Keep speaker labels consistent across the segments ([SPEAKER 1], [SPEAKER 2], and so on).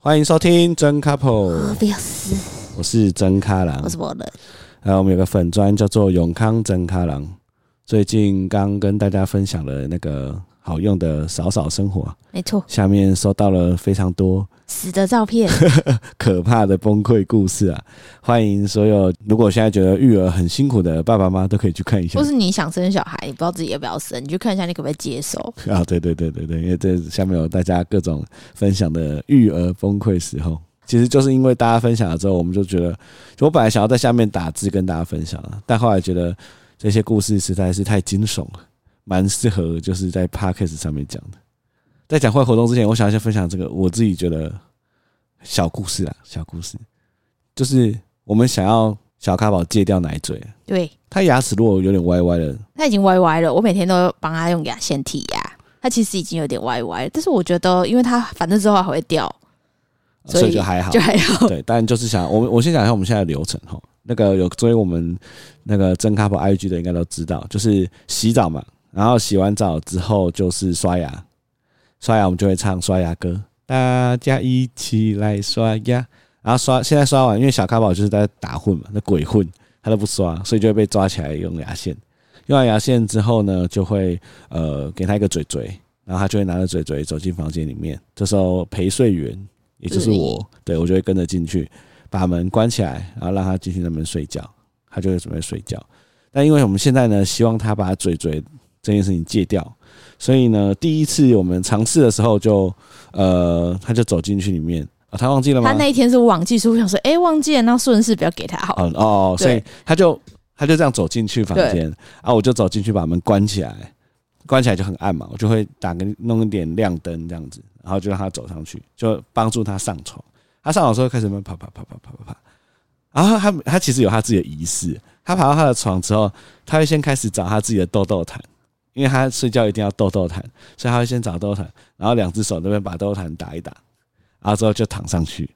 [SPEAKER 1] 欢迎收听真 couple，
[SPEAKER 2] 我不要死，
[SPEAKER 1] 我是真咖郎
[SPEAKER 2] 我。是我的，
[SPEAKER 1] 呃，我们有个粉砖叫做永康真咖郎，最近刚跟大家分享了那个好用的扫扫生活，啊
[SPEAKER 2] 没错，
[SPEAKER 1] 下面收到了非常多
[SPEAKER 2] 死的照 片，
[SPEAKER 1] 可怕的崩溃故事啊！欢迎所有如果现在觉得育儿很辛苦的爸爸妈妈都可以去看一下
[SPEAKER 2] 或是你想生小孩，你不知道自己要不要生，你去看一下你可不可以接受。
[SPEAKER 1] 啊！对对对对对，因为这下面有大家各种分享的育儿崩溃时候，其实就是因为大家分享了之后，我们就觉得，就我本来想要在下面打字跟大家分享啊，但后来觉得这些故事实在是太惊悚了，蛮适合就是在 podcast 上面讲的。在讲坏活动之前，我想要先分享这个我自己觉得小故事啊，小故事，就是我们想要小咖宝戒掉奶嘴，
[SPEAKER 2] 对
[SPEAKER 1] 他牙齿如果有点歪歪的，
[SPEAKER 2] 他已经歪歪了，我每天都帮他用牙线剔牙，他其实已经有点歪歪了，但是我觉得，因为他反正之后还会掉，
[SPEAKER 1] 所以就还好
[SPEAKER 2] 哦就，还好。
[SPEAKER 1] 对，但就是想，我们我先讲一下我们现在的流程哈。那个有追我们那个真 couple IG 的应该都知道，就是洗澡嘛，然后洗完澡之后就是刷牙，刷牙我们就会唱刷牙歌，大家一起来刷牙。然后刷，现在刷完，因为小咖宝就是在打混嘛，那鬼混，他都不刷，所以就会被抓起来用牙线。用完牙线之后呢，就会呃给他一个嘴嘴，然后他就会拿着嘴嘴走进房间里面。这时候陪睡员，也就是我，
[SPEAKER 2] 嗯
[SPEAKER 1] 对我就会跟着进去，把门关起来，然后让他进去那边睡觉，他就会准备睡觉。但因为我们现在呢，希望他把嘴嘴这件事情戒掉，所以呢，第一次我们尝试的时候就呃，他就走进去里面啊，他忘记了吗？
[SPEAKER 2] 他那一天是忘记，所以我想说，哎、忘记了，那顺势不要给他好了。
[SPEAKER 1] 哦哦，所以
[SPEAKER 2] 对
[SPEAKER 1] 他就他就这样走进去房间啊，我就走进去把门关起来，关起来就很暗嘛，我就会打个弄一点亮灯这样子，然后就让他走上去，就帮助他上床。他上床之后开始慢慢爬爬爬爬爬爬爬，然后他他其实有他自己的仪式，他爬到他的床之后，他会先开始找他自己的豆豆毯。因为他睡觉一定要豆豆毯，所以他会先找豆豆毯，然后两只手那边把豆豆毯打一打，然后之后就躺上去。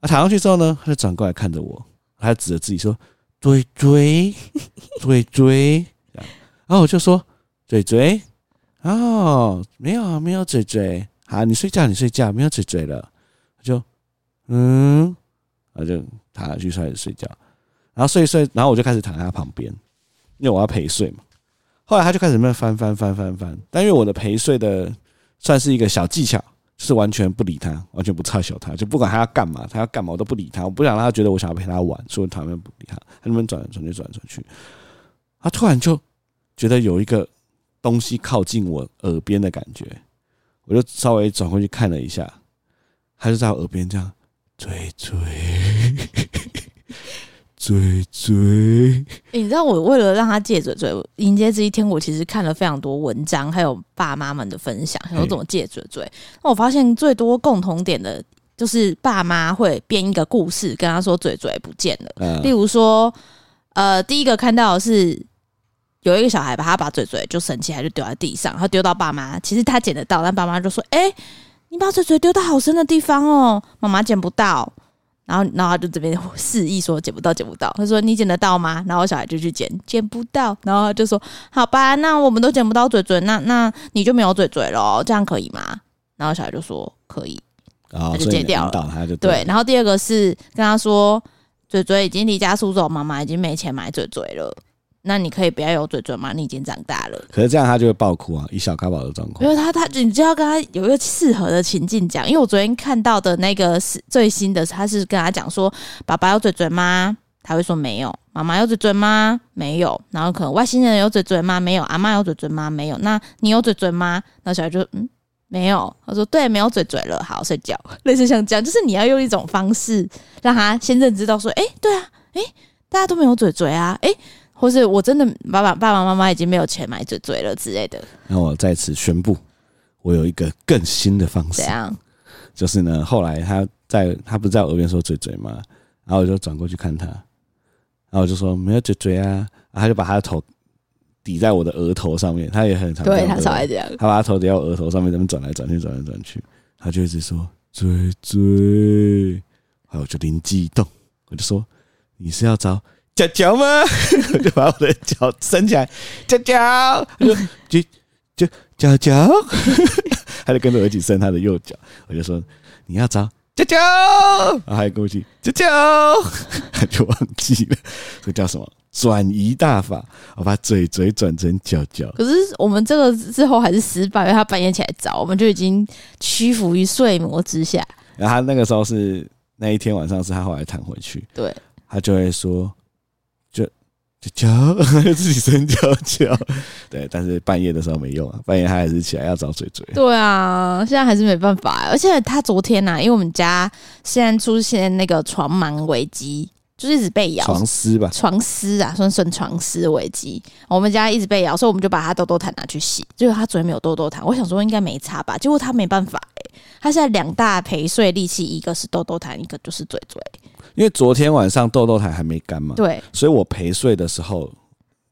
[SPEAKER 1] 啊，躺上去之后呢，他就转过来看着我，他指着自己说：“嘴嘴，嘴嘴。”这样然后我就说：“嘴嘴，哦，没有啊，没有嘴嘴，好，你睡觉，你睡觉，没有嘴嘴了。”他就嗯，然后就躺下去开始睡觉，然后睡一睡，然后我就开始躺在他旁边，因为我要陪睡嘛。后来他就开始慢慢翻翻翻翻翻，但因为我的陪睡的算是一个小技巧，就是完全不理他，完全不插手他，就不管他要干嘛，他要干嘛我都不理他，我不想让他觉得我想要陪他玩，所以我旁边不理他，他那边转来转去转来转去，他突然就觉得有一个东西靠近我耳边的感觉，我就稍微转过去看了一下，他就在我耳边这样追 追追追，
[SPEAKER 2] 欸你知道我为了让他戒嘴嘴，我迎接这一天，我其实看了非常多文章，还有爸妈们的分享，想说怎么戒嘴嘴。那我发现最多共同点的就是爸妈会编一个故事，跟他说嘴嘴不见了。
[SPEAKER 1] 嗯、
[SPEAKER 2] 例如说，呃，第一个看到的是有一个小孩把他把嘴嘴就生气，他就丢在地上，然后丢到爸妈。其实他捡得到，但爸妈就说：“哎、你把嘴嘴丢到好深的地方哦，妈妈捡不到。”然后，然后他就这边示意说捡不到，捡不到。他说：“你捡得到吗？”然后小孩就去捡，捡不到。然后他就说：“好吧，那我们都捡不到嘴嘴，那那你就没有嘴嘴咯，这样可以吗？”然后小孩就说：“可以。”
[SPEAKER 1] 然后
[SPEAKER 2] 他就
[SPEAKER 1] 啊所以
[SPEAKER 2] 戒
[SPEAKER 1] 你
[SPEAKER 2] 掉
[SPEAKER 1] 引导他就
[SPEAKER 2] 对，然后第二个是跟他说，嘴嘴已经离家出走，妈妈已经没钱买嘴嘴了。那你可以不要有嘴嘴吗？你已经长大了，
[SPEAKER 1] 可是这样他就会爆哭啊！以小咖宝的状
[SPEAKER 2] 因
[SPEAKER 1] 况，
[SPEAKER 2] 为他他你就要跟他有一个适合的情境讲。因为我昨天看到的那个是最新的，他是跟他讲说，爸爸有嘴嘴吗？他会说没有。妈妈有嘴嘴吗？没有。然后可能外星人有嘴嘴吗？没有。阿妈有嘴嘴吗？没有。那你有嘴嘴吗？然后小孩就嗯没有。他说对，没有嘴嘴 了，好睡觉。类似像这样，就是你要用一种方式让他先认知到说，诶，对啊，哎、大家都没有嘴嘴啊，哎、或是我真的爸爸爸爸妈妈已经没有钱买嘴嘴了之类的，
[SPEAKER 1] 那我在此宣布，我有一个更新的方式
[SPEAKER 2] 怎，样？
[SPEAKER 1] 就是呢，后来他在他不是在我耳边说嘴嘴吗？然后我就转过去看他，然后我就说没有嘴嘴啊，然后他就把他的头抵在我的额头上面，他也很常
[SPEAKER 2] 对
[SPEAKER 1] 这样
[SPEAKER 2] 他
[SPEAKER 1] 我
[SPEAKER 2] 超爱这样，
[SPEAKER 1] 他把他头抵到我额头上面，在那边转来转去，转来转去，他就一直说追追，后来我就灵机一动，我就说你是要找脚脚吗？ 我就把我的脚伸起来，脚脚，他就就就 脚脚，他就跟着我一起伸他的右脚，我就说你要找。脚脚，然后还跟我一起脚脚， 他就忘记了，这叫什么转移大法？我把嘴嘴转成脚脚，
[SPEAKER 2] 可是我们这个之后还是失败，因为他半夜起来找，我们就已经屈服于睡魔之下。
[SPEAKER 1] 然后他那个时候是那一天晚上是他后来弹回去，
[SPEAKER 2] 对，
[SPEAKER 1] 他就会说，就就 脚自己伸脚脚， 对，但是半夜的时候没用啊，半夜他还是起来要找嘴嘴，
[SPEAKER 2] 对啊，现在还是没办法。而且他昨天呐、啊因为我们家现在出现那个床螨危机，就是一直被咬，
[SPEAKER 1] 床丝吧，
[SPEAKER 2] 床丝啊，算算床丝危机。我们家一直被咬，所以我们就把他痘痘毯拿去洗。结果他昨天没有痘痘毯，我想说应该没擦吧，结果他没办法、欸、他现在两大陪睡利器，一个是痘痘毯，一个就是嘴嘴。
[SPEAKER 1] 因为昨天晚上痘痘台还没干嘛，
[SPEAKER 2] 对，
[SPEAKER 1] 所以我陪睡的时候，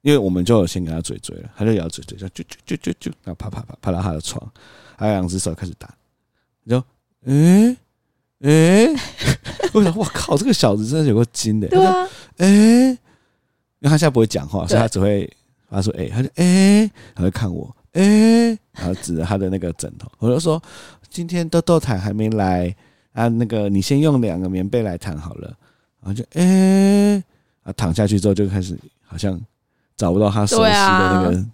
[SPEAKER 1] 因为我们就有先给他嘴嘴了，他就咬嘴嘴，就啾啾啾啾啾，然后啪啪啪啪到他的床，还有两只手开始打，你就诶诶， 我想哇靠，这个小子真的有个精的，
[SPEAKER 2] 对啊，
[SPEAKER 1] 哎、欸，因为他现在不会讲话，所以
[SPEAKER 2] 对
[SPEAKER 1] 他只会他说哎、欸，他就哎、欸，他就看我哎、欸，然后指着他的那个枕头，我就说今天豆豆毯还没来啊，那个你先用两个棉被来躺好了，然后就哎、欸，啊躺下去之后就开始好像找不到他熟悉的那
[SPEAKER 2] 对
[SPEAKER 1] 个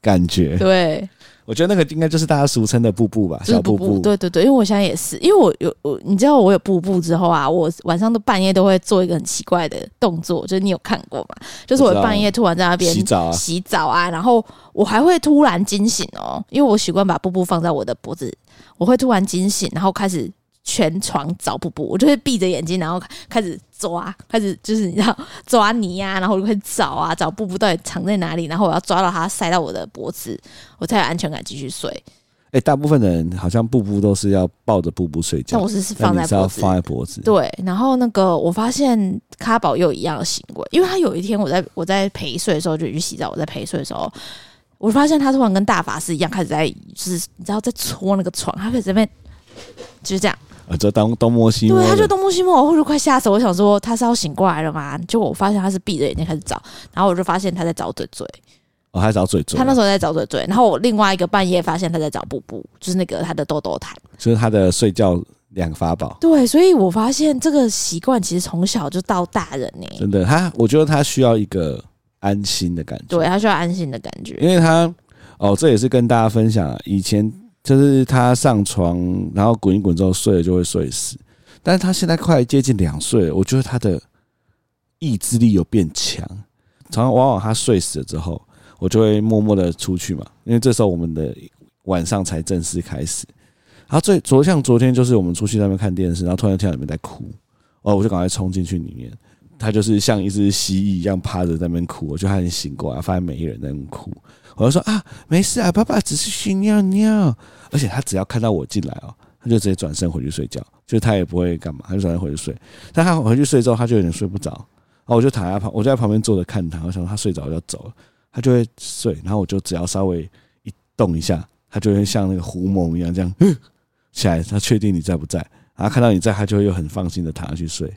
[SPEAKER 1] 感觉，
[SPEAKER 2] 对。
[SPEAKER 1] 我觉得那个应该就是大家俗称的布布吧，
[SPEAKER 2] 就是
[SPEAKER 1] 啊小
[SPEAKER 2] 布
[SPEAKER 1] 布
[SPEAKER 2] 布，对对对，因为我现在也是，因为我有我，你知道我有布布之后啊，我晚上都半夜都会做一个很奇怪的动作，就是你有看过吗？就是我
[SPEAKER 1] 我知道
[SPEAKER 2] 半夜突然在那边
[SPEAKER 1] 洗澡啊
[SPEAKER 2] 洗澡啊，然后我还会突然惊醒哦，因为我习惯把布布放在我的脖子，我会突然惊醒，然后开始全床找布布，我就会闭着眼睛，然后开始抓，开始就是你知道抓泥呀、然后我就会找啊找布布到底藏在哪里，然后我要抓到它塞到我的脖子，我才有安全感继续睡。
[SPEAKER 1] 哎、大部分的人好像布布都是要抱着布布睡觉
[SPEAKER 2] 但我，是是
[SPEAKER 1] 但
[SPEAKER 2] 放
[SPEAKER 1] 你
[SPEAKER 2] 在
[SPEAKER 1] 是
[SPEAKER 2] 脖
[SPEAKER 1] 要
[SPEAKER 2] 子，
[SPEAKER 1] 放在脖子，
[SPEAKER 2] 对，然后那个我发现咖宝也有一样的行为，因为他有一天我在我在陪睡的时候就去洗澡，我在陪睡的时候，我发现他突然跟大法师一样，开始在就是你知道在搓那个床，他开始在那边就是这样，
[SPEAKER 1] 啊，就当东摸西摸
[SPEAKER 2] 对，
[SPEAKER 1] 的，
[SPEAKER 2] 他就东摸西摸，我就快吓死我，我想说他是要醒过来了吗？结果我发现他是闭着眼睛开始找，然后我就发现他在找嘴嘴，
[SPEAKER 1] 哦，他找嘴嘴，
[SPEAKER 2] 他那时候在找嘴嘴，然后我另外一个半夜发现他在找布布，就是那个他的豆豆毯。
[SPEAKER 1] 就是他的睡觉两个法宝，
[SPEAKER 2] 对，所以我发现这个习惯其实从小就到大人呢、
[SPEAKER 1] 真的，他我觉得他需要一个安心的感觉，
[SPEAKER 2] 对，他需要安心的感觉。
[SPEAKER 1] 因为他哦，这也是跟大家分享啊，以前就是他上床然后滚一滚之后睡了就会睡死，但是他现在快接近两岁了，我觉得他的意志力有变强，常常往往他睡死了之后，我就会默默的出去嘛，因为这时候我们的晚上才正式开始。然后最昨像昨天就是我们出去在那边看电视，然后突然听到里面在哭，哦，我就赶快冲进去里面。他就是像一只蜥蜴一样趴着在那边哭，我就他已经醒过来，发现没人在那边哭，我就说啊，没事啊，爸爸只是去尿尿。而且他只要看到我进来哦，他就直接转身回去睡觉，就他也不会干嘛，他就转身回去睡。但他回去睡之后，他就有点睡不着，然后我就躺在旁，我就在旁边坐着看他，我想他睡着我就走了，他就会睡，然后我就只要稍微一动一下，他就会像那个狐獴一样这 样嗯起来，他确定你在不在，然后看到你在，他就会又很放心的躺下去睡。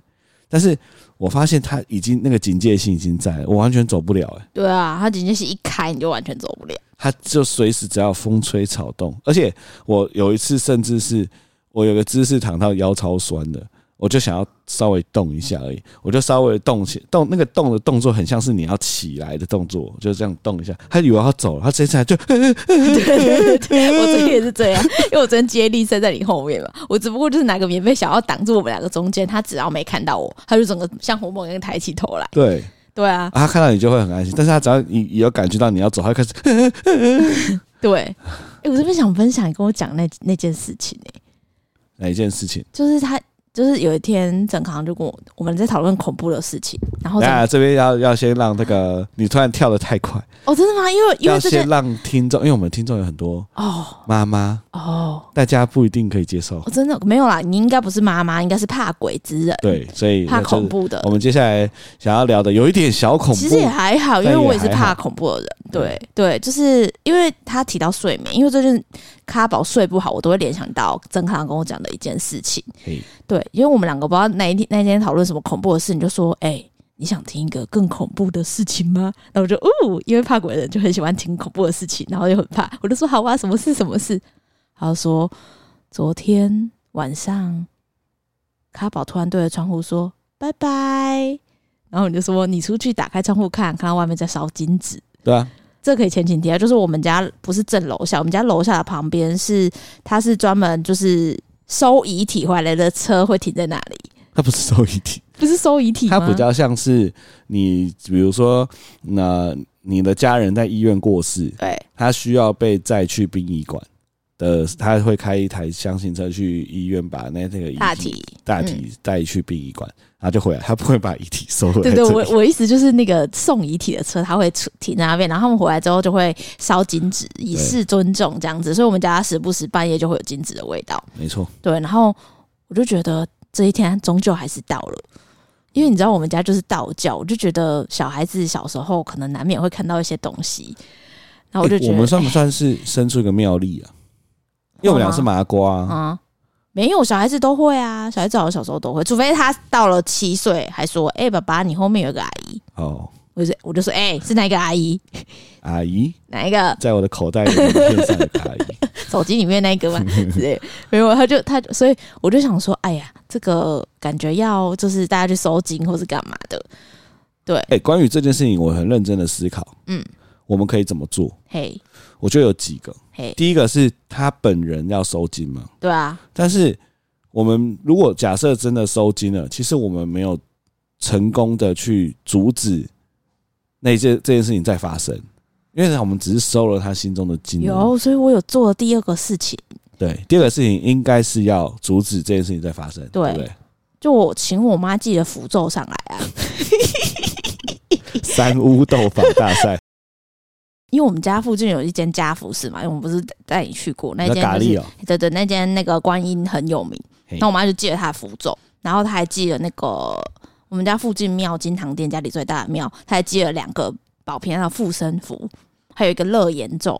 [SPEAKER 1] 但是我发现他已经那个警戒性已经在了，我完全走不了、欸，
[SPEAKER 2] 对啊，他警戒线一开，你就完全走不了。
[SPEAKER 1] 它就随时只要风吹草动，而且我有一次甚至是我有个姿势躺到腰超酸的，我就想要稍微动一下而已，我就稍微动起动那个动的动作很像是你要起来的动作，就这样动一下，他以为我要走了，他直接起来就
[SPEAKER 2] 对对对对，我昨天也是这样，因为我昨天接力赛在你后面嘛，我只不过就是拿个棉被想要挡住我们两个中间，他只要没看到我，他就整个像红猛一样抬起头来。
[SPEAKER 1] 对，
[SPEAKER 2] 对啊，
[SPEAKER 1] 啊他看到你就会很安心，但是他只要你有感觉到你要走，他就开始
[SPEAKER 2] 对。哎、我这边想分享你跟我讲那那件事情、欸，
[SPEAKER 1] 哪一件事情？
[SPEAKER 2] 就是他。就是有一天，郑康就跟我我们在讨论恐怖的事情，然后
[SPEAKER 1] 等一下
[SPEAKER 2] 整
[SPEAKER 1] 这边要要先让那个你突然跳的太快，
[SPEAKER 2] 哦，真的吗？因为因为
[SPEAKER 1] 要
[SPEAKER 2] 这件
[SPEAKER 1] 先让听众，因为我们听众有很多
[SPEAKER 2] 哦
[SPEAKER 1] 妈妈，
[SPEAKER 2] 哦，
[SPEAKER 1] 大家不一定可以接受
[SPEAKER 2] 我、，哦真的没有啦，你应该不是妈妈，应该是怕鬼之人，
[SPEAKER 1] 对，所以
[SPEAKER 2] 怕
[SPEAKER 1] 那就是
[SPEAKER 2] 恐怖的
[SPEAKER 1] 我。们接下来想要聊的有一点小恐怖，
[SPEAKER 2] 其实也还好，因为
[SPEAKER 1] 但也
[SPEAKER 2] 我也是
[SPEAKER 1] 还
[SPEAKER 2] 怕
[SPEAKER 1] 好
[SPEAKER 2] 恐怖的人。对对，就是因为他提到睡眠，因为最近咖宝睡不好，我都会联想到曾康跟我讲的一件事情。
[SPEAKER 1] 嘿
[SPEAKER 2] 对，因为我们两个不知道哪一天那一天讨论什么恐怖的事，你就说，哎、你想听一个更恐怖的事情吗？那我就哦，因为怕鬼的人就很喜欢听恐怖的事情，然后又很怕，我就说好啊，什么事什么事？他就说昨天晚上，卡宝突然对着窗户说拜拜，然后你就说你出去打开窗户看，看到外面在烧金纸。
[SPEAKER 1] 对啊，
[SPEAKER 2] 这可以前情提要，就是我们家不是正楼下，我们家楼下的旁边是，它是专门就是收遗体回来的车会停在那里，
[SPEAKER 1] 它不是收遗体，
[SPEAKER 2] 不是收遗体吗？
[SPEAKER 1] 它比较像是你，比如说，那你的家人在医院过世，
[SPEAKER 2] 对
[SPEAKER 1] 他需要被载去殡仪馆的，他会开一台箱型车去医院把那那个遗
[SPEAKER 2] 大
[SPEAKER 1] 体
[SPEAKER 2] 体嗯
[SPEAKER 1] 大体带去殡仪馆，然后就回来，他不会把遗体收回来
[SPEAKER 2] 对
[SPEAKER 1] 这里。
[SPEAKER 2] 对，我我意思就是那个送遗体的车，它会出停在那边，然后他们回来之后就会烧金纸，以示尊重这样子，所以我们家时不时半夜就会有金纸的味道。
[SPEAKER 1] 没错，
[SPEAKER 2] 对，然后我就觉得这一天终究还是到了。因为你知道我们家就是道教，我就觉得小孩子小时候可能难免会看到一些东西，然后啊我就
[SPEAKER 1] 诶
[SPEAKER 2] 觉得、
[SPEAKER 1] 哎我们算不算是生出一个妙力啊？因为我们俩是麻瓜啊、
[SPEAKER 2] 啊、没有，小孩子都会啊，小孩子好像小时候都会，除非他到了七岁还说：“哎、爸爸，你后面有个阿姨。
[SPEAKER 1] 哦，”
[SPEAKER 2] 我就我就说：“哎、是哪一个阿姨？
[SPEAKER 1] 阿姨
[SPEAKER 2] 哪一个
[SPEAKER 1] 在我的口袋里面片上的阿姨，
[SPEAKER 2] 手机里面那一个吗？” 之类的没有，他就他就，所以我就想说：“哎呀，这个感觉要就是大家去收金或是干嘛的。”对，
[SPEAKER 1] 哎、关于这件事情，我很认真的思考，
[SPEAKER 2] 嗯，
[SPEAKER 1] 我们可以怎么做？
[SPEAKER 2] 嘿
[SPEAKER 1] 我觉得有几个，
[SPEAKER 2] 嘿，
[SPEAKER 1] 第一个是他本人要收金嘛，
[SPEAKER 2] 对啊，
[SPEAKER 1] 但是我们如果假设真的收金了，其实我们没有成功的去阻止那件这件事情再发生，因为我们只是收了他心中的金而已。
[SPEAKER 2] 有，所以我有做第二个事情，
[SPEAKER 1] 对，第二个事情应该是要阻止这件事情再发生，
[SPEAKER 2] 对
[SPEAKER 1] 对不对？
[SPEAKER 2] 就我请我妈寄了符咒上来啊，
[SPEAKER 1] 三巫斗法大赛，
[SPEAKER 2] 因为我们家附近有一间家福寺嘛，因为我们不是带你去 过那
[SPEAKER 1] 那
[SPEAKER 2] 间、
[SPEAKER 1] 咖
[SPEAKER 2] 就是，
[SPEAKER 1] 喱哦，
[SPEAKER 2] 对对，那间那个观音很有名
[SPEAKER 1] 嘿，
[SPEAKER 2] 那我妈就寄了她的符咒，然后她还寄了那个我们家附近庙金堂店家里最大的庙，她还寄了两个保平安的护身符，还有一个乐言咒。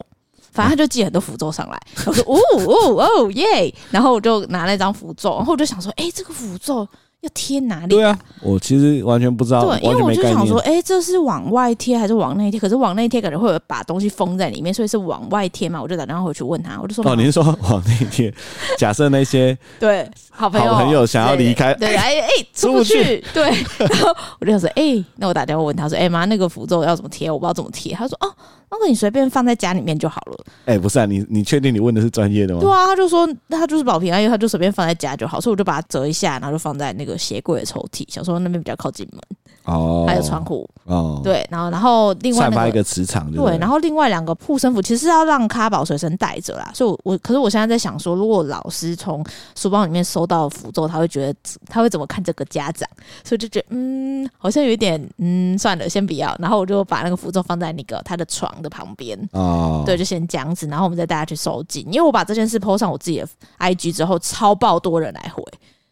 [SPEAKER 2] 反正她就寄很多符咒上来，我说哦哦哦耶，然后我就拿那张符咒，然后我就想说，哎、这个符咒要贴哪里？
[SPEAKER 1] 对啊，我其实完全不知道，
[SPEAKER 2] 对，因
[SPEAKER 1] 完全
[SPEAKER 2] 为我
[SPEAKER 1] 没
[SPEAKER 2] 就
[SPEAKER 1] 概
[SPEAKER 2] 想说，
[SPEAKER 1] 念。
[SPEAKER 2] 哎、这是往外贴还是往内贴？可是往内贴感觉会有把东西封在里面，所以是往外贴嘛。我就打电话回去问他，我就说，
[SPEAKER 1] 哦，您说往那天，假设那些
[SPEAKER 2] 对好朋友
[SPEAKER 1] 好朋友想要离开
[SPEAKER 2] 对，对哎哎、
[SPEAKER 1] 出
[SPEAKER 2] 出
[SPEAKER 1] 不
[SPEAKER 2] 去，对。然后我就想说，哎、那我打电话问他说，哎、妈，那个符咒要怎么贴？我不知道怎么贴。他说，哦，那个你随便放在家里面就好了。
[SPEAKER 1] 哎、不是啊，你你确定你问的是专业的吗？
[SPEAKER 2] 对啊，他就说他就是保平安夜，他就随便放在家就好，所以我就把它折一下，然后就放在那个鞋柜的抽屉，想说那边比较靠近门，
[SPEAKER 1] 哦，
[SPEAKER 2] 还有窗户。
[SPEAKER 1] 哦，，
[SPEAKER 2] 对，然后然后另外
[SPEAKER 1] 散
[SPEAKER 2] 那
[SPEAKER 1] 发一
[SPEAKER 2] 个
[SPEAKER 1] 个磁场就
[SPEAKER 2] 对，然
[SPEAKER 1] 后
[SPEAKER 2] 后另外两个护身符其实是要让咖宝随身带着啦，所以我我可是我现在在想说，如果老师从书包里面收到符咒，他会觉得他会怎么看这个家长？所以就觉得嗯，好像有一点嗯，算了，先不要。然后我就把那个符咒放在那个他的床的旁边，
[SPEAKER 1] 哦，
[SPEAKER 2] 对，，就先这样子，然后我们再带他去收金。因为我把这件事 PO 上我自己的 IG 之后，超爆多人来回。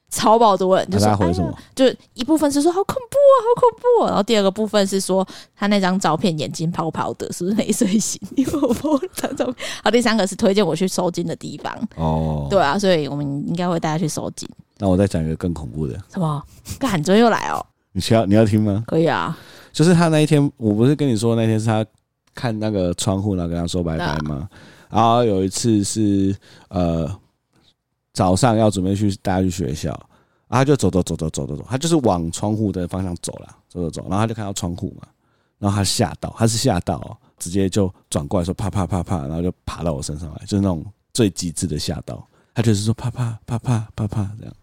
[SPEAKER 2] 超爆多人，就
[SPEAKER 1] 那
[SPEAKER 2] 是啊
[SPEAKER 1] 他回什么？
[SPEAKER 2] 就一部分是说好恐怖啊，好恐怖、啊，然后第二个部分是说他那张照片眼睛泡泡的，是不是没睡醒？因为我 po 了张照片。好，第三个是推荐我去收金的地方，
[SPEAKER 1] 哦，
[SPEAKER 2] 对啊，所以我们应该会带他去收金。
[SPEAKER 1] 那我再讲一个更恐怖的，
[SPEAKER 2] 什么？干，昨天又来哦，
[SPEAKER 1] 你需要你要听吗？
[SPEAKER 2] 可以 啊，
[SPEAKER 1] 就是他那一天，我不是跟你说那天是他看那个窗户，然后跟他说拜拜吗？然后有一次是呃早上要准备去大家去学校，然后他就走走走走走走走，他就是往窗户的方向走了，走走走，然后他就看到窗户嘛，然后他吓到，他是吓到、哦，直接就转过来说啪啪啪啪，然后就爬到我身上来，就是那种最极致的吓到，他就是说啪啪啪啪啪啪这样。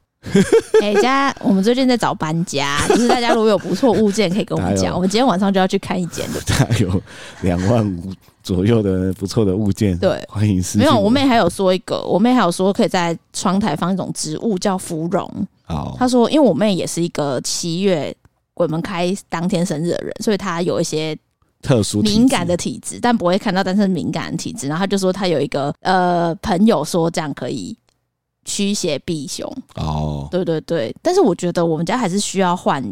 [SPEAKER 2] 哎、家，我们最近在找搬家，就是大家如果有不错物件可以跟我们
[SPEAKER 1] 哪
[SPEAKER 2] 讲，
[SPEAKER 1] 有
[SPEAKER 2] 我们今天晚上就要去看一间的。
[SPEAKER 1] 大概有两万五左右的不错的物件，
[SPEAKER 2] 对
[SPEAKER 1] 欢迎私信
[SPEAKER 2] 没有，我妹还有说一个，我妹还有说可以在窗台放一种植物叫芙蓉，
[SPEAKER 1] 哦，
[SPEAKER 2] 他说，因为我妹也是一个七月鬼门开当天生日的人，所以她有一些
[SPEAKER 1] 特殊体质
[SPEAKER 2] 敏感的体质，但不会看到，但是敏感的体质。然后她就说，她有一个呃朋友说这样可以驱邪避凶。
[SPEAKER 1] 哦，
[SPEAKER 2] 对对对，但是我觉得我们家还是需要换，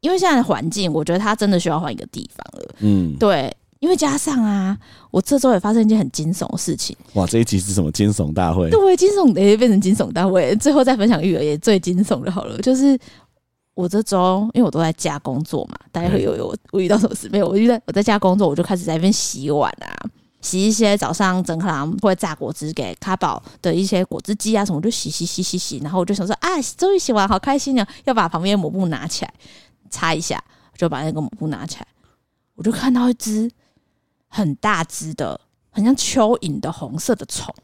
[SPEAKER 2] 因为现在的环境，我觉得她真的需要换一个地方了。
[SPEAKER 1] 嗯，
[SPEAKER 2] 对，因为加上啊，我这周也发生一件很惊悚的事情。
[SPEAKER 1] 哇，这一集是什么惊悚大会？
[SPEAKER 2] 对，惊悚的也变成惊悚单位。最后再分享育儿也最惊悚的好了，就是我这周因为我都在家工作嘛，大家会有有我遇到什么事没有？我遇到我在家工作，我就开始在那边洗碗啊，洗一些早上整可郎会榨果汁给卡宝的一些果汁机啊什么，我就洗洗洗洗洗，然后我就想说啊，终于洗完，好开心啊，要把旁边的抹布拿起来擦一下，就把那个抹布拿起来，我就看到一只很大只的，很像蚯蚓的红色的虫。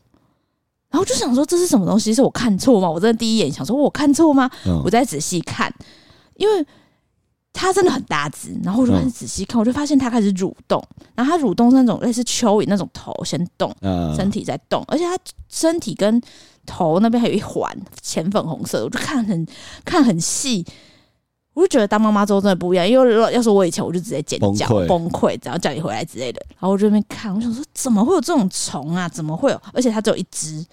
[SPEAKER 2] 然后我就想说这是什么东西？是我看错吗？我真的第一眼想说我看错吗？
[SPEAKER 1] 嗯
[SPEAKER 2] 我再仔细看，因为它真的很大只，然后我就开始
[SPEAKER 1] 嗯
[SPEAKER 2] 仔细看，我就发现它开始蠕动，然后它蠕动是那种类似蚯蚓那种头先动，
[SPEAKER 1] 呃
[SPEAKER 2] 身体在动，而且它身体跟头那边还有一环浅粉红色的，我就看很看很细。我就觉得当妈妈之后真的不一样，因为如果要是我以前，我就直接尖叫
[SPEAKER 1] 崩溃
[SPEAKER 2] 崩溃，然后叫你回来之类的。然后我就在那边看，我想说怎么会有这种虫啊？怎么会有？而且它只有一只，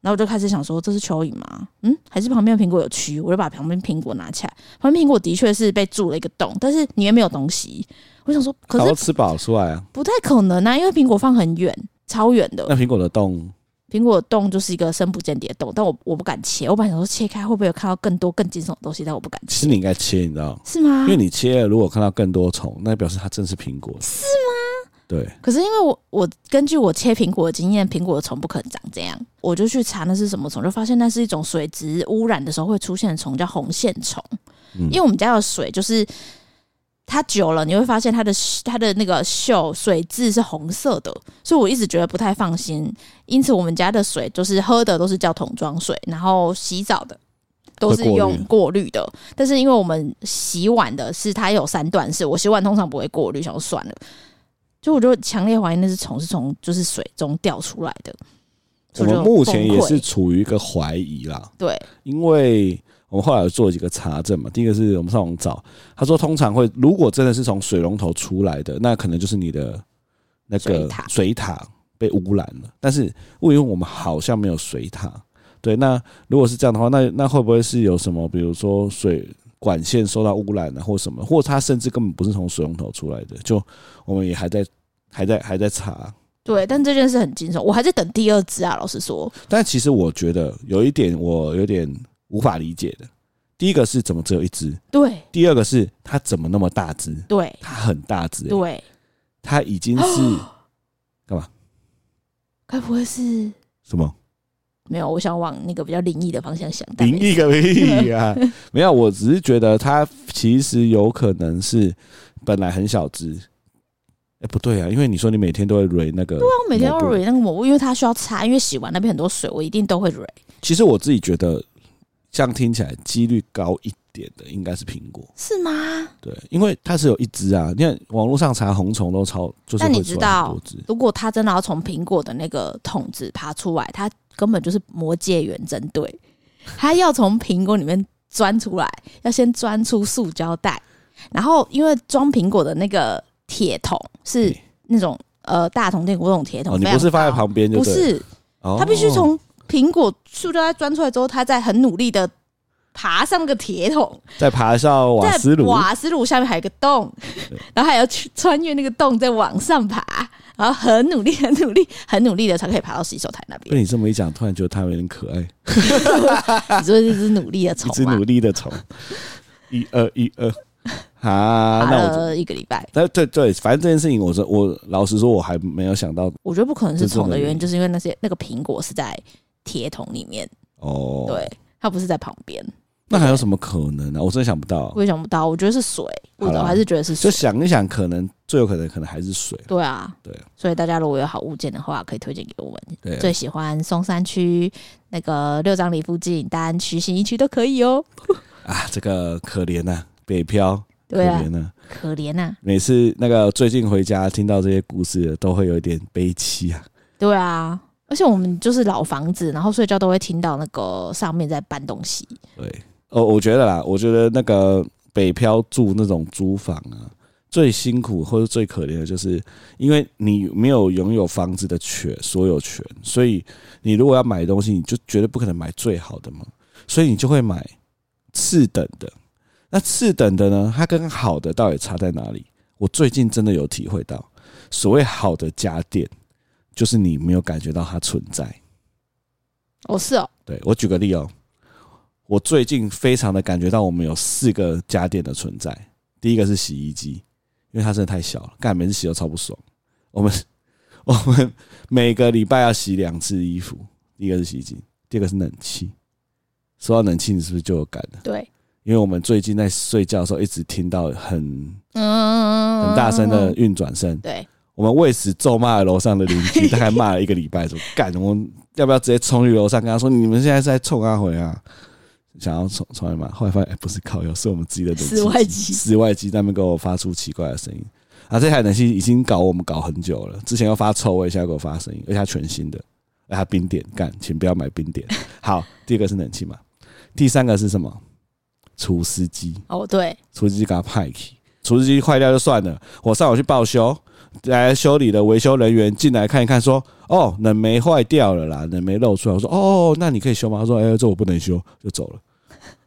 [SPEAKER 2] 然后我就开始想说，这是蚯蚓吗？嗯，还是旁边的苹果有蛆？我就把旁边苹果拿起来，旁边苹果的确是被蛀了一个洞，但是里面没有东西。我想说，可
[SPEAKER 1] 早
[SPEAKER 2] 是
[SPEAKER 1] 都吃饱出来啊，
[SPEAKER 2] 不太可能啊，因为苹果放很远，超远的
[SPEAKER 1] 那。苹果的洞
[SPEAKER 2] 苹果的洞就是一个深不见底的洞，但我我不敢切，我本来想说切开会不会有看到更多更惊悚的东西，但我不敢
[SPEAKER 1] 其实
[SPEAKER 2] 切，
[SPEAKER 1] 你应该切，你知道吗，
[SPEAKER 2] 是吗
[SPEAKER 1] 因？为你切了，如果看到更多虫，那表示它真是苹果，是吗？对，
[SPEAKER 2] 可是因为我我根据我切苹果的经验，苹果的虫不可能长这样，我就去查那是什么虫，就发现那是一种水质污染的时候会出现的虫，叫红线虫。
[SPEAKER 1] 嗯
[SPEAKER 2] 因为我们家的水就是它久了，你会发现它的它的那个锈水质是红色的，所以我一直觉得不太放心。因此，我们家的水就是喝的都是叫桶装水，然后洗澡的。都是
[SPEAKER 1] 会过滤
[SPEAKER 2] 用过滤的，但是因为我们洗碗的是它有三段式，我洗碗通常不会过滤，想说算了，就我就强烈怀疑那只虫是从就是水中掉出来的。
[SPEAKER 1] 我
[SPEAKER 2] 所以
[SPEAKER 1] 们
[SPEAKER 2] 就
[SPEAKER 1] 目前
[SPEAKER 2] 崩
[SPEAKER 1] 也
[SPEAKER 2] 溃
[SPEAKER 1] 是处于一个怀疑啦，
[SPEAKER 2] 对，
[SPEAKER 1] 因为我们后来有做几个查证嘛，第一个是我们上网找，他说通常会如果真的是从水龙头出来的，那可能就是你的那
[SPEAKER 2] 水
[SPEAKER 1] 个
[SPEAKER 2] 塔
[SPEAKER 1] 水塔被污染了。但是因为我们好像没有水塔，对，那如果是这样的话，那那会不会是有什么，比如说水管线受到污染啊，或什么，或它甚至根本不是从水龙头出来的？就我们也还在还在还在查。
[SPEAKER 2] 对，但这件事很惊悚，我还在等第二只啊。老实说，
[SPEAKER 1] 但其实我觉得有一点我有点无法理解的，第一个是怎么只有一只？
[SPEAKER 2] 对
[SPEAKER 1] 第二个是它怎么那么大只？
[SPEAKER 2] 对
[SPEAKER 1] 它很大只、欸，
[SPEAKER 2] 对，哦
[SPEAKER 1] 它已经是干嘛？
[SPEAKER 2] 该不会是
[SPEAKER 1] 什么
[SPEAKER 2] 没有？我想往那个比较灵异的方向想。但
[SPEAKER 1] 灵异个屁 啊！没有，我只是觉得它其实有可能是本来很小只。哎、不对啊，因为你说你每天都会蕊那个，对啊
[SPEAKER 2] 我每天要蕊。那个抹布，因为它需要擦，因为洗完那边很多水，我一定都会蕊。
[SPEAKER 1] 其实我自己觉得，这样听起来几率高一点的应该是苹果，
[SPEAKER 2] 是吗？
[SPEAKER 1] 对，因为它是有一只啊。你看网络上查红虫都超，就是
[SPEAKER 2] 但你
[SPEAKER 1] 会出
[SPEAKER 2] 知
[SPEAKER 1] 来
[SPEAKER 2] 道
[SPEAKER 1] 很多只，
[SPEAKER 2] 如果它真的要从苹果的那个桶子爬出来，它根本就是魔界远征队， 它要从苹果里面钻出来，要先钻出塑胶袋，然后因为装苹果的那个铁桶是
[SPEAKER 1] 对
[SPEAKER 2] 那种呃大桶电锅那种铁桶，
[SPEAKER 1] 哦，你
[SPEAKER 2] 非
[SPEAKER 1] 不
[SPEAKER 2] 常
[SPEAKER 1] 是放在
[SPEAKER 2] 高
[SPEAKER 1] 旁边就
[SPEAKER 2] 不
[SPEAKER 1] 对了，
[SPEAKER 2] 是，
[SPEAKER 1] 哦
[SPEAKER 2] 它必须从苹果塑胶袋钻出来之后，它再很努力的爬上那个铁桶，
[SPEAKER 1] 再爬上瓦
[SPEAKER 2] 在
[SPEAKER 1] 斯炉，
[SPEAKER 2] 瓦斯炉下面还有一个洞，然后还要去穿越那个洞，再往上爬，然后很努力、很努力、很努力的才可以爬到洗手台那
[SPEAKER 1] 被
[SPEAKER 2] 边。
[SPEAKER 1] 你这么一讲，突然觉得它有点可爱，一
[SPEAKER 2] 你说这只努力的虫
[SPEAKER 1] 只
[SPEAKER 2] 嘛
[SPEAKER 1] 努，力的虫， 一二一二， 啊，
[SPEAKER 2] 爬
[SPEAKER 1] 那我就
[SPEAKER 2] 呃了一个礼拜。
[SPEAKER 1] 但对对，反正这件事情我，说我老实说，我还没有想到
[SPEAKER 2] 我觉得不可能是虫
[SPEAKER 1] 这真的
[SPEAKER 2] 的原因，就是因为那些那个苹果是在铁桶里面，
[SPEAKER 1] 哦。，
[SPEAKER 2] 对，它不是在旁边，
[SPEAKER 1] 那还有什么可能呢、啊我真的想不到
[SPEAKER 2] 我。也想不到。我觉得是水，我
[SPEAKER 1] 好啦
[SPEAKER 2] 我还是觉得是
[SPEAKER 1] 就
[SPEAKER 2] 水。
[SPEAKER 1] 想一想，可能最有可能可能还是水。
[SPEAKER 2] 对啊，
[SPEAKER 1] 对
[SPEAKER 2] 所以大家如果有好物件的话，可以推荐给我们。
[SPEAKER 1] 对，啊
[SPEAKER 2] 最喜欢松山区那个六张里附近、大安区、新一区都可以哦。
[SPEAKER 1] 啊，这个可怜呐、北漂，可
[SPEAKER 2] 对啊，
[SPEAKER 1] 怜呐、
[SPEAKER 2] 可怜呐、
[SPEAKER 1] 每次那个最近回家听到这些故事，都会有一点悲戚啊。
[SPEAKER 2] 对啊，而且我们就是老房子，然后睡觉都会听到那个上面在搬东西。
[SPEAKER 1] 对，哦，我觉得啦，我觉得那个北漂住那种租房啊，最辛苦或者最可怜的就是，因为你没有拥有房子的权所有权，所以你如果要买东西，你就绝对不可能买最好的嘛，所以你就会买次等的。那次等的呢，它跟好的到底差在哪里？我最近真的有体会到，所谓好的家电，就是你没有感觉到它存在。
[SPEAKER 2] 哦，是哦，
[SPEAKER 1] 对我举个例哦，我最近非常的感觉到我们有四个家电的存在。第一个是洗衣机，因为它真的太小了，干每次洗都超不爽。我们我们每个礼拜要洗两次衣服，第一个是洗衣机，第二个是冷气。说到冷气，你是不是就有感了？
[SPEAKER 2] 对，
[SPEAKER 1] 因为我们最近在睡觉的时候，一直听到很
[SPEAKER 2] 嗯
[SPEAKER 1] 很大声的，运转声，
[SPEAKER 2] 对，
[SPEAKER 1] 我们为此咒骂了楼上的邻 居，大概骂了一个礼拜，说干，我们要不要直接冲去楼上跟他说，你们现在是在冲阿回啊？想要冲冲来骂，后来发现、哎不是靠友，是我们自己的冷气
[SPEAKER 2] 室外机
[SPEAKER 1] 室外机在那边给我发出奇怪的声音。啊，这台冷气已经搞我们搞很久了，之前要发臭味，现在给我发声音，而且它全新的，而且它冰点，干，请不要买冰 点。好，第二个是冷气嘛，第三个是什么？除湿机。
[SPEAKER 2] 哦对，
[SPEAKER 1] 厨师机给它派去，厨师机坏掉就算了，我上午去报修，来修理的维修人员进来看一看说，哦，冷媒坏掉了啦，冷媒漏出来，我说哦，那你可以修吗？他说，哎、这我不能修，就走了。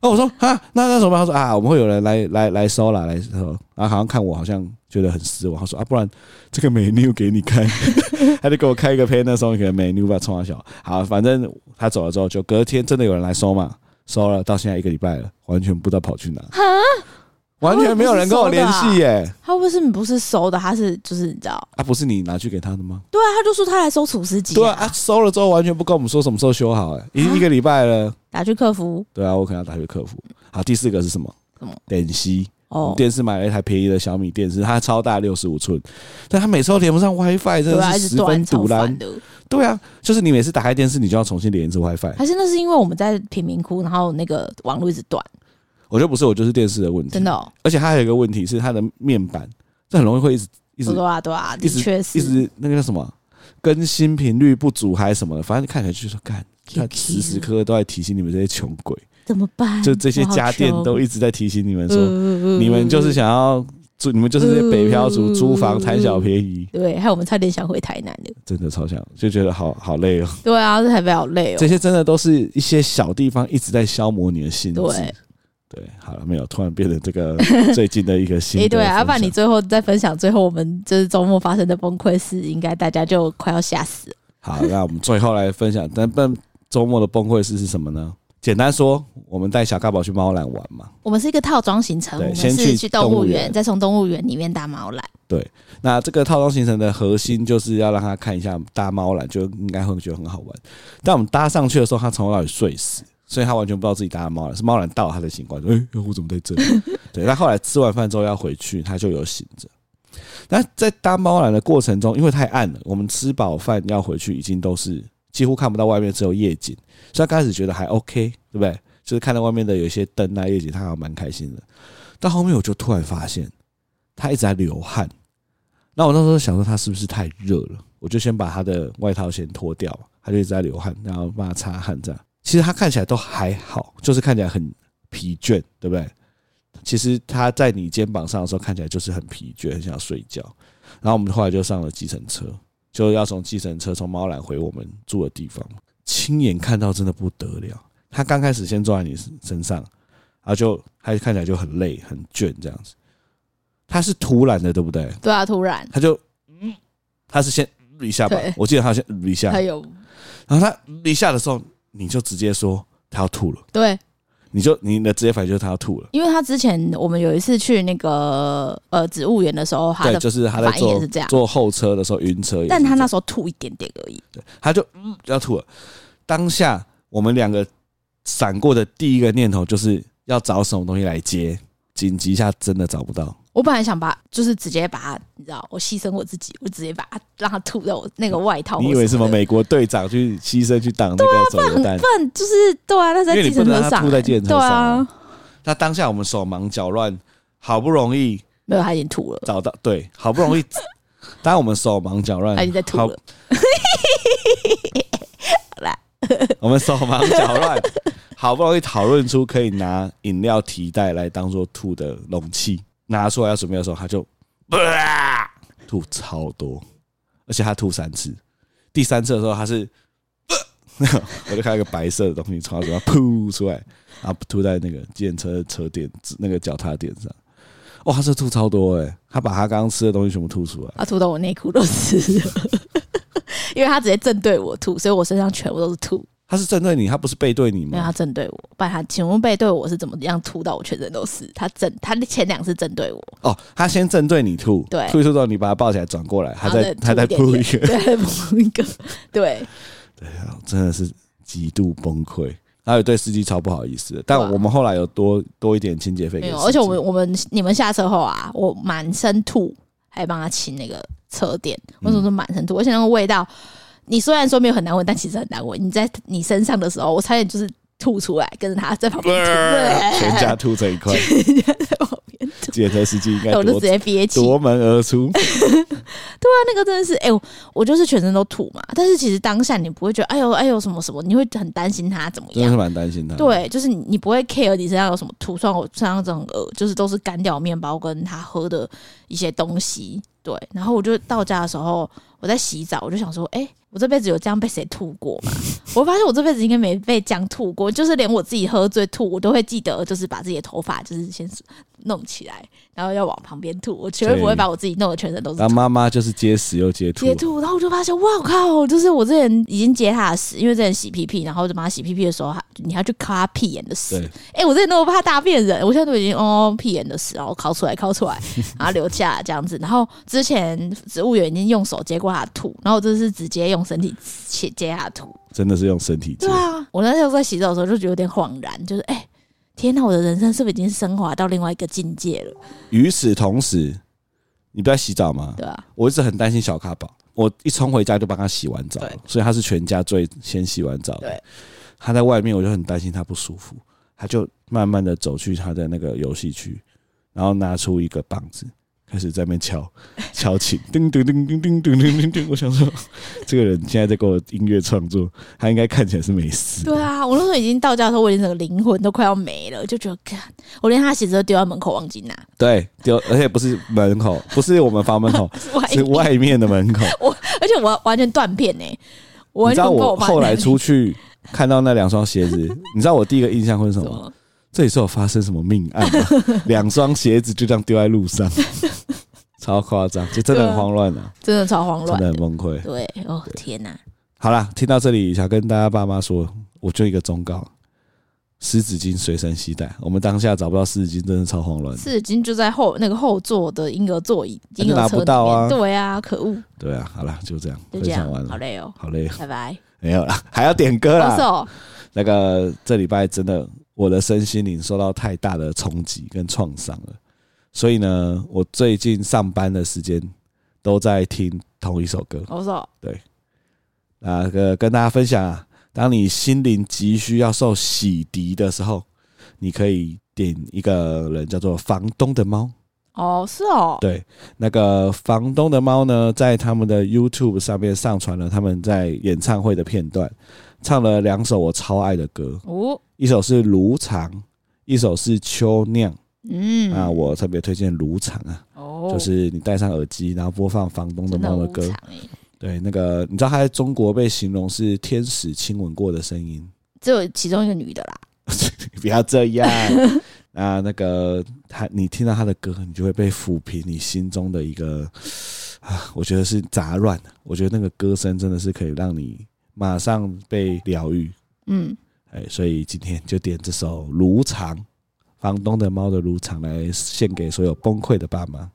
[SPEAKER 1] 哦，我说啊，那那什么？他说啊，我们会有人来来来收啦，来收。然后好像看我好像觉得很失望，他说啊，不然这个美妞给你看， 他就给我开一个 Panasonic 的美妞吧，冲他啊小。好，反正他走了之后，就隔天真的有人来收嘛，收了，到现在一个礼拜了，完全不知道跑去哪。
[SPEAKER 2] 哈，
[SPEAKER 1] 完全没有人跟我联系耶！
[SPEAKER 2] 他不是不是收的，他是就是你知道，
[SPEAKER 1] 啊，不是你拿去给他的吗？
[SPEAKER 2] 对啊，他就说他来收厨师机，
[SPEAKER 1] 对啊，啊，收了之后完全不跟我们说什么时候修好，哎，已
[SPEAKER 2] 啊
[SPEAKER 1] 经一个礼拜了。
[SPEAKER 2] 打去客服
[SPEAKER 1] 对啊，我可能要打去客服。好，第四个是什么
[SPEAKER 2] 什么？
[SPEAKER 1] 电视。我
[SPEAKER 2] 哦
[SPEAKER 1] 们，电视买了一台便宜的小米电视，它超大，六十五寸，但它每次都连不上 WiFi，真
[SPEAKER 2] 对啊，
[SPEAKER 1] 的
[SPEAKER 2] 一
[SPEAKER 1] 是
[SPEAKER 2] 直
[SPEAKER 1] 十分
[SPEAKER 2] 断超
[SPEAKER 1] 堵啦
[SPEAKER 2] 烦。的。
[SPEAKER 1] 对啊，就是你每次打开电视，你就要重新连一次 WiFi。
[SPEAKER 2] 还是那是因为我们在贫民窟，然后那个网络一直断，
[SPEAKER 1] 我觉得不是我，就是电视的问题
[SPEAKER 2] 真。的、哦，
[SPEAKER 1] 而且它还有一个问题是它的面板，这很容易会一直一直
[SPEAKER 2] 对啊对啊，
[SPEAKER 1] 一
[SPEAKER 2] 的
[SPEAKER 1] 直
[SPEAKER 2] 确
[SPEAKER 1] 一
[SPEAKER 2] 是。
[SPEAKER 1] 直那个叫什么更新频率不足还是什么的，反正看起来就是说干，看时时刻刻都在提醒你们这些穷鬼，
[SPEAKER 2] 怎么办？
[SPEAKER 1] 就这些家电都一直在提醒你
[SPEAKER 2] 嗯
[SPEAKER 1] 们说，你们就是想要住，你们就是这些北漂族租
[SPEAKER 2] 嗯
[SPEAKER 1] 房贪小便宜，
[SPEAKER 2] 对，害我们差点想回台南的。
[SPEAKER 1] 真的超想就觉得好好累哦。
[SPEAKER 2] 对啊，这台北好累
[SPEAKER 1] 这
[SPEAKER 2] 哦。
[SPEAKER 1] 些真的都是一些小地方一直在消磨你的心智。
[SPEAKER 2] 对
[SPEAKER 1] 对，好了，没有，突然变成这 个最近的一个心
[SPEAKER 2] 诶，
[SPEAKER 1] 得分享。
[SPEAKER 2] 对啊，要不然你最后再分享最后我们就是周末发生的崩溃事，应该大家就快要吓死了。
[SPEAKER 1] 好，那我们最后来分享，但但周末的崩溃事是什么呢？简单说，我们带小咖宝去猫缆玩嘛。
[SPEAKER 2] 我们是一个套装行程，
[SPEAKER 1] 对
[SPEAKER 2] 我们
[SPEAKER 1] 先
[SPEAKER 2] 是
[SPEAKER 1] 去
[SPEAKER 2] 去
[SPEAKER 1] 动
[SPEAKER 2] 动
[SPEAKER 1] 物
[SPEAKER 2] 物
[SPEAKER 1] 园
[SPEAKER 2] 园，再从动物园里面搭毛缆。
[SPEAKER 1] 那这个套装行程的核心就是要让他看一下大猫缆，就应该会觉得很好玩。但我们搭上去的时候，他从头到尾睡死，所以他完全不知道自己搭的猫缆，是猫缆到他的醒过来，说：“哎、我怎么在这里？”对，他后来吃完饭之后要回去，他就有醒着。那在搭猫缆的过程中，因为太暗了，我们吃饱饭要回去，已经都是几乎看不到外面，只有夜景。所以他刚开始觉得还 OK，对不对？就是看到外面的有一些灯啊、夜景，他还蛮开心的。到后面我就突然发现，他一直在流汗。那我那时候想说他是不是太热了，我就先把他的外套先脱掉，他就一直在流汗，然后帮他擦汗这样。其实他看起来都还好，就是看起来很疲倦，对不对？其实他在你肩膀上的时候，看起来就是很疲倦，很想睡觉。然后我们后来就上了计程车，就要从计程车从猫兰回我们住的地方。亲眼看到真的不得了，他刚开始先坐在你身上，然后就他看起来就很累很倦这样子。他是突然的，对不对？
[SPEAKER 2] 对啊，突然
[SPEAKER 1] 他就嗯，他是先嗯一下吧
[SPEAKER 2] 对，
[SPEAKER 1] 我记得他先嗯一下，
[SPEAKER 2] 还有
[SPEAKER 1] 然后他嗯一下的时候，你就直接说他要吐了，
[SPEAKER 2] 对，
[SPEAKER 1] 你就你的直接反应就是他要吐了，
[SPEAKER 2] 因为他之前我们有一次去那个呃植物园的时候，他
[SPEAKER 1] 对，
[SPEAKER 2] 的
[SPEAKER 1] 就是他在
[SPEAKER 2] 反应也
[SPEAKER 1] 坐
[SPEAKER 2] 是这样
[SPEAKER 1] 坐后车的时候晕车也是这样，
[SPEAKER 2] 但他那时候吐一点点而已。
[SPEAKER 1] 对他就嗯要吐了，当下我们两个闪过的第一个念头就是要找什么东西来接，紧急下真的找不到，
[SPEAKER 2] 我本来想把，就是直接把它，你知道，我牺牲我自己，我直接把它让它吐在我那个外套。
[SPEAKER 1] 你以为什么
[SPEAKER 2] 没？
[SPEAKER 1] 美国队长去牺牲去挡那个手榴弹
[SPEAKER 2] 啊不？然就是对啊，那是在
[SPEAKER 1] 因为
[SPEAKER 2] 计
[SPEAKER 1] 你不
[SPEAKER 2] 程
[SPEAKER 1] 能
[SPEAKER 2] 车
[SPEAKER 1] 让他
[SPEAKER 2] 上、
[SPEAKER 1] 吐在计程车上
[SPEAKER 2] 对
[SPEAKER 1] 啊
[SPEAKER 2] 啊，
[SPEAKER 1] 那当下我们手忙脚乱，好不容易
[SPEAKER 2] 没有，他已经吐了，
[SPEAKER 1] 找到，对，好不容易，当然我们手忙脚乱
[SPEAKER 2] 他已，经在吐
[SPEAKER 1] 好
[SPEAKER 2] 了。
[SPEAKER 1] 我们手忙脚乱，好不容易讨论出可以拿饮料提袋来当做吐的容器，拿出来要准备的时候，他就吐超多，而且他吐三次，第三次的时候他是， 我就看到一个白色的东西从他嘴巴噗出来，然后吐在那个计程车的车垫那个脚踏垫上。哇，哦他这吐超多哎、他把他刚刚吃的东西全部吐出来。
[SPEAKER 2] 他吐到我内裤都湿了， 因为他直接正对我吐，所以我身上全部都是吐。
[SPEAKER 1] 他是正对你，他不是背对你
[SPEAKER 2] 没
[SPEAKER 1] 吗
[SPEAKER 2] 有，他？正对我，啊不然他请问背对我是怎么样吐到我全身都是？他正他前两次正对我，
[SPEAKER 1] 哦，他先正对你吐，
[SPEAKER 2] 对
[SPEAKER 1] 吐一吐之后你把他抱起来转过来，他在
[SPEAKER 2] 然后
[SPEAKER 1] 他在
[SPEAKER 2] 吐
[SPEAKER 1] 吐
[SPEAKER 2] 一
[SPEAKER 1] 一
[SPEAKER 2] 点
[SPEAKER 1] 个，
[SPEAKER 2] 点对，吐一个，对，
[SPEAKER 1] 真的是极度崩溃。他也对司机超不好意思的，但
[SPEAKER 2] 对啊
[SPEAKER 1] 我们后来有多多一点清洁费
[SPEAKER 2] 没
[SPEAKER 1] 给司
[SPEAKER 2] 有。
[SPEAKER 1] 机，
[SPEAKER 2] 而且我们我们你们下车后啊，我满身吐，还帮他清那个车垫，为什么说满身吐？而且那个味道，你虽然说没有很难闻，但其实很难闻。你在你身上的时候，我差点就是吐出来，跟着他在旁边 吐，对
[SPEAKER 1] 全家吐成一 块，
[SPEAKER 2] 在旁边吐。
[SPEAKER 1] 检车司机应该
[SPEAKER 2] 我就
[SPEAKER 1] 夺
[SPEAKER 2] 直接憋气，
[SPEAKER 1] 夺门而出。
[SPEAKER 2] 那个真的是，哎、呦，我就是全身都吐嘛。但是其实当下你不会觉得，哎呦，哎呦什么什么，你会很担心他怎么
[SPEAKER 1] 真的
[SPEAKER 2] 样
[SPEAKER 1] 是。蛮担心他。，
[SPEAKER 2] 对，就是你你不会 care 你身上有什么吐，虽然我身上真的很饿，就是都是干掉面包跟他喝的一些东西。对，然后我就到家的时候，我在洗澡，我就想说，哎、我这辈子有这样被谁吐过吗？ 我发现我这辈子应该没被这样吐过，就是连我自己喝醉吐，我都会记得，就是把自己的头发就是先弄起来，然后要往旁边吐，我绝对不会
[SPEAKER 1] 对
[SPEAKER 2] 把我自己弄得全身都是
[SPEAKER 1] 然后 妈妈就是接死又接吐
[SPEAKER 2] 截，图，然后我就发现，哇靠！就是我之前已经截他的屎，因为之前洗屁屁，然后我就帮他洗屁屁的时候，还你还去敲他屁眼的屎。
[SPEAKER 1] 对，
[SPEAKER 2] 哎、我之前都怕大便人，我现在都已经哦屁眼的屎，然后敲出来，敲出 来，然后留下这样子。然后之前植物园已经用手接过他的吐，然后我这是直接用身体接接他的吐。
[SPEAKER 1] 真的是用身体接
[SPEAKER 2] 对。啊，我那时候在洗澡的时候就觉得有点恍然，就是哎、诶天哪，我的人生是不是已经升华到另外一个境界了？
[SPEAKER 1] 与此同时，你不在洗澡吗？
[SPEAKER 2] 对啊，
[SPEAKER 1] 我一直很担心小咖宝，我一冲回家就帮他洗完澡了
[SPEAKER 2] 对，
[SPEAKER 1] 所以他是全家最先洗完澡的
[SPEAKER 2] 对
[SPEAKER 1] 他在外面，我就很担心他不舒服，他就慢慢的走去他的那个游戏区，然后拿出一个棒子，开始在那边 敲敲琴，叮叮叮叮叮叮叮叮叮。我想说，这个人现在在给我音乐创作，他应该看起来是没事。
[SPEAKER 2] 对啊，我那时候已经到家的时候，我已经整个灵魂都快要没了，就觉得，看我连他鞋子都丢在门口忘记拿，
[SPEAKER 1] 对，丢，而且不是门口，不是我们房门 口，
[SPEAKER 2] 外
[SPEAKER 1] 是外面的门口。
[SPEAKER 2] 而且我完全断片呢、我
[SPEAKER 1] 你
[SPEAKER 2] 完
[SPEAKER 1] 知
[SPEAKER 2] 全
[SPEAKER 1] 道
[SPEAKER 2] 不知道
[SPEAKER 1] 我
[SPEAKER 2] 爸
[SPEAKER 1] 后
[SPEAKER 2] 哪
[SPEAKER 1] 来
[SPEAKER 2] 里
[SPEAKER 1] 出去看到那两双鞋 子，你知道我第一个印象会是什
[SPEAKER 2] 什
[SPEAKER 1] 么吗？
[SPEAKER 2] 么，
[SPEAKER 1] 这里是有发生什么命案 吗？两双鞋子就这样丢在路上，超夸张，就真的很慌乱啊，
[SPEAKER 2] 真的超慌
[SPEAKER 1] 真
[SPEAKER 2] 乱
[SPEAKER 1] 的
[SPEAKER 2] 的
[SPEAKER 1] 很。崩溃。
[SPEAKER 2] 对，哦天哪、
[SPEAKER 1] 好啦，听到这里想跟大家爸妈说，我就一个忠告：湿纸巾随身携带。我们当下找不到湿纸巾，真的超慌乱的。
[SPEAKER 2] 是已经就在后那个后座的婴儿座椅，
[SPEAKER 1] 那
[SPEAKER 2] 婴
[SPEAKER 1] 就
[SPEAKER 2] 儿
[SPEAKER 1] 拿
[SPEAKER 2] 车
[SPEAKER 1] 不
[SPEAKER 2] 里
[SPEAKER 1] 到啊
[SPEAKER 2] 面。对啊，可恶，
[SPEAKER 1] 对啊，好啦，就这样，
[SPEAKER 2] 就
[SPEAKER 1] 分
[SPEAKER 2] 这
[SPEAKER 1] 享
[SPEAKER 2] 样
[SPEAKER 1] 完，
[SPEAKER 2] 好
[SPEAKER 1] 了，啊
[SPEAKER 2] 累哦，
[SPEAKER 1] 好累，
[SPEAKER 2] 拜拜。哦
[SPEAKER 1] 没有啦，还要点歌
[SPEAKER 2] 好
[SPEAKER 1] 啦。
[SPEAKER 2] 手，
[SPEAKER 1] 那个这礼拜真的我的身心灵受到太大的冲击跟创伤了，所以呢，我最近上班的时间都在听同一首歌
[SPEAKER 2] 好手，
[SPEAKER 1] 啊，个跟大家分享啊，当你心灵急需要受洗涤的时候，你可以点一个人叫做房东的猫。
[SPEAKER 2] 哦是哦，
[SPEAKER 1] 对，那个房东的猫呢，在他们的 YouTube 上面上传了他们在演唱会的片段，唱了两首我超爱的歌，
[SPEAKER 2] 哦，
[SPEAKER 1] 一首是卢常，一首是秋酿
[SPEAKER 2] 嗯
[SPEAKER 1] 啊，我特别推荐卢常啊，
[SPEAKER 2] 哦，
[SPEAKER 1] 就是你戴上耳机，然后播放房东的
[SPEAKER 2] 真的
[SPEAKER 1] 猫
[SPEAKER 2] 很
[SPEAKER 1] 的
[SPEAKER 2] 无
[SPEAKER 1] 歌
[SPEAKER 2] 常，欸
[SPEAKER 1] 对，那个你知道他在中国被形容是天使亲吻过的声音，
[SPEAKER 2] 只有其中一个女的啦，
[SPEAKER 1] 不要这 样啊，那个他你听到他的歌，你就会被抚平你心中的一个啊，我觉得是杂乱，我觉得那个歌声真的是可以让你马上被疗愈，
[SPEAKER 2] 嗯，
[SPEAKER 1] 哎，所以今天就点这首《如常》，房东的猫的《如常》来献给所有崩溃的爸妈。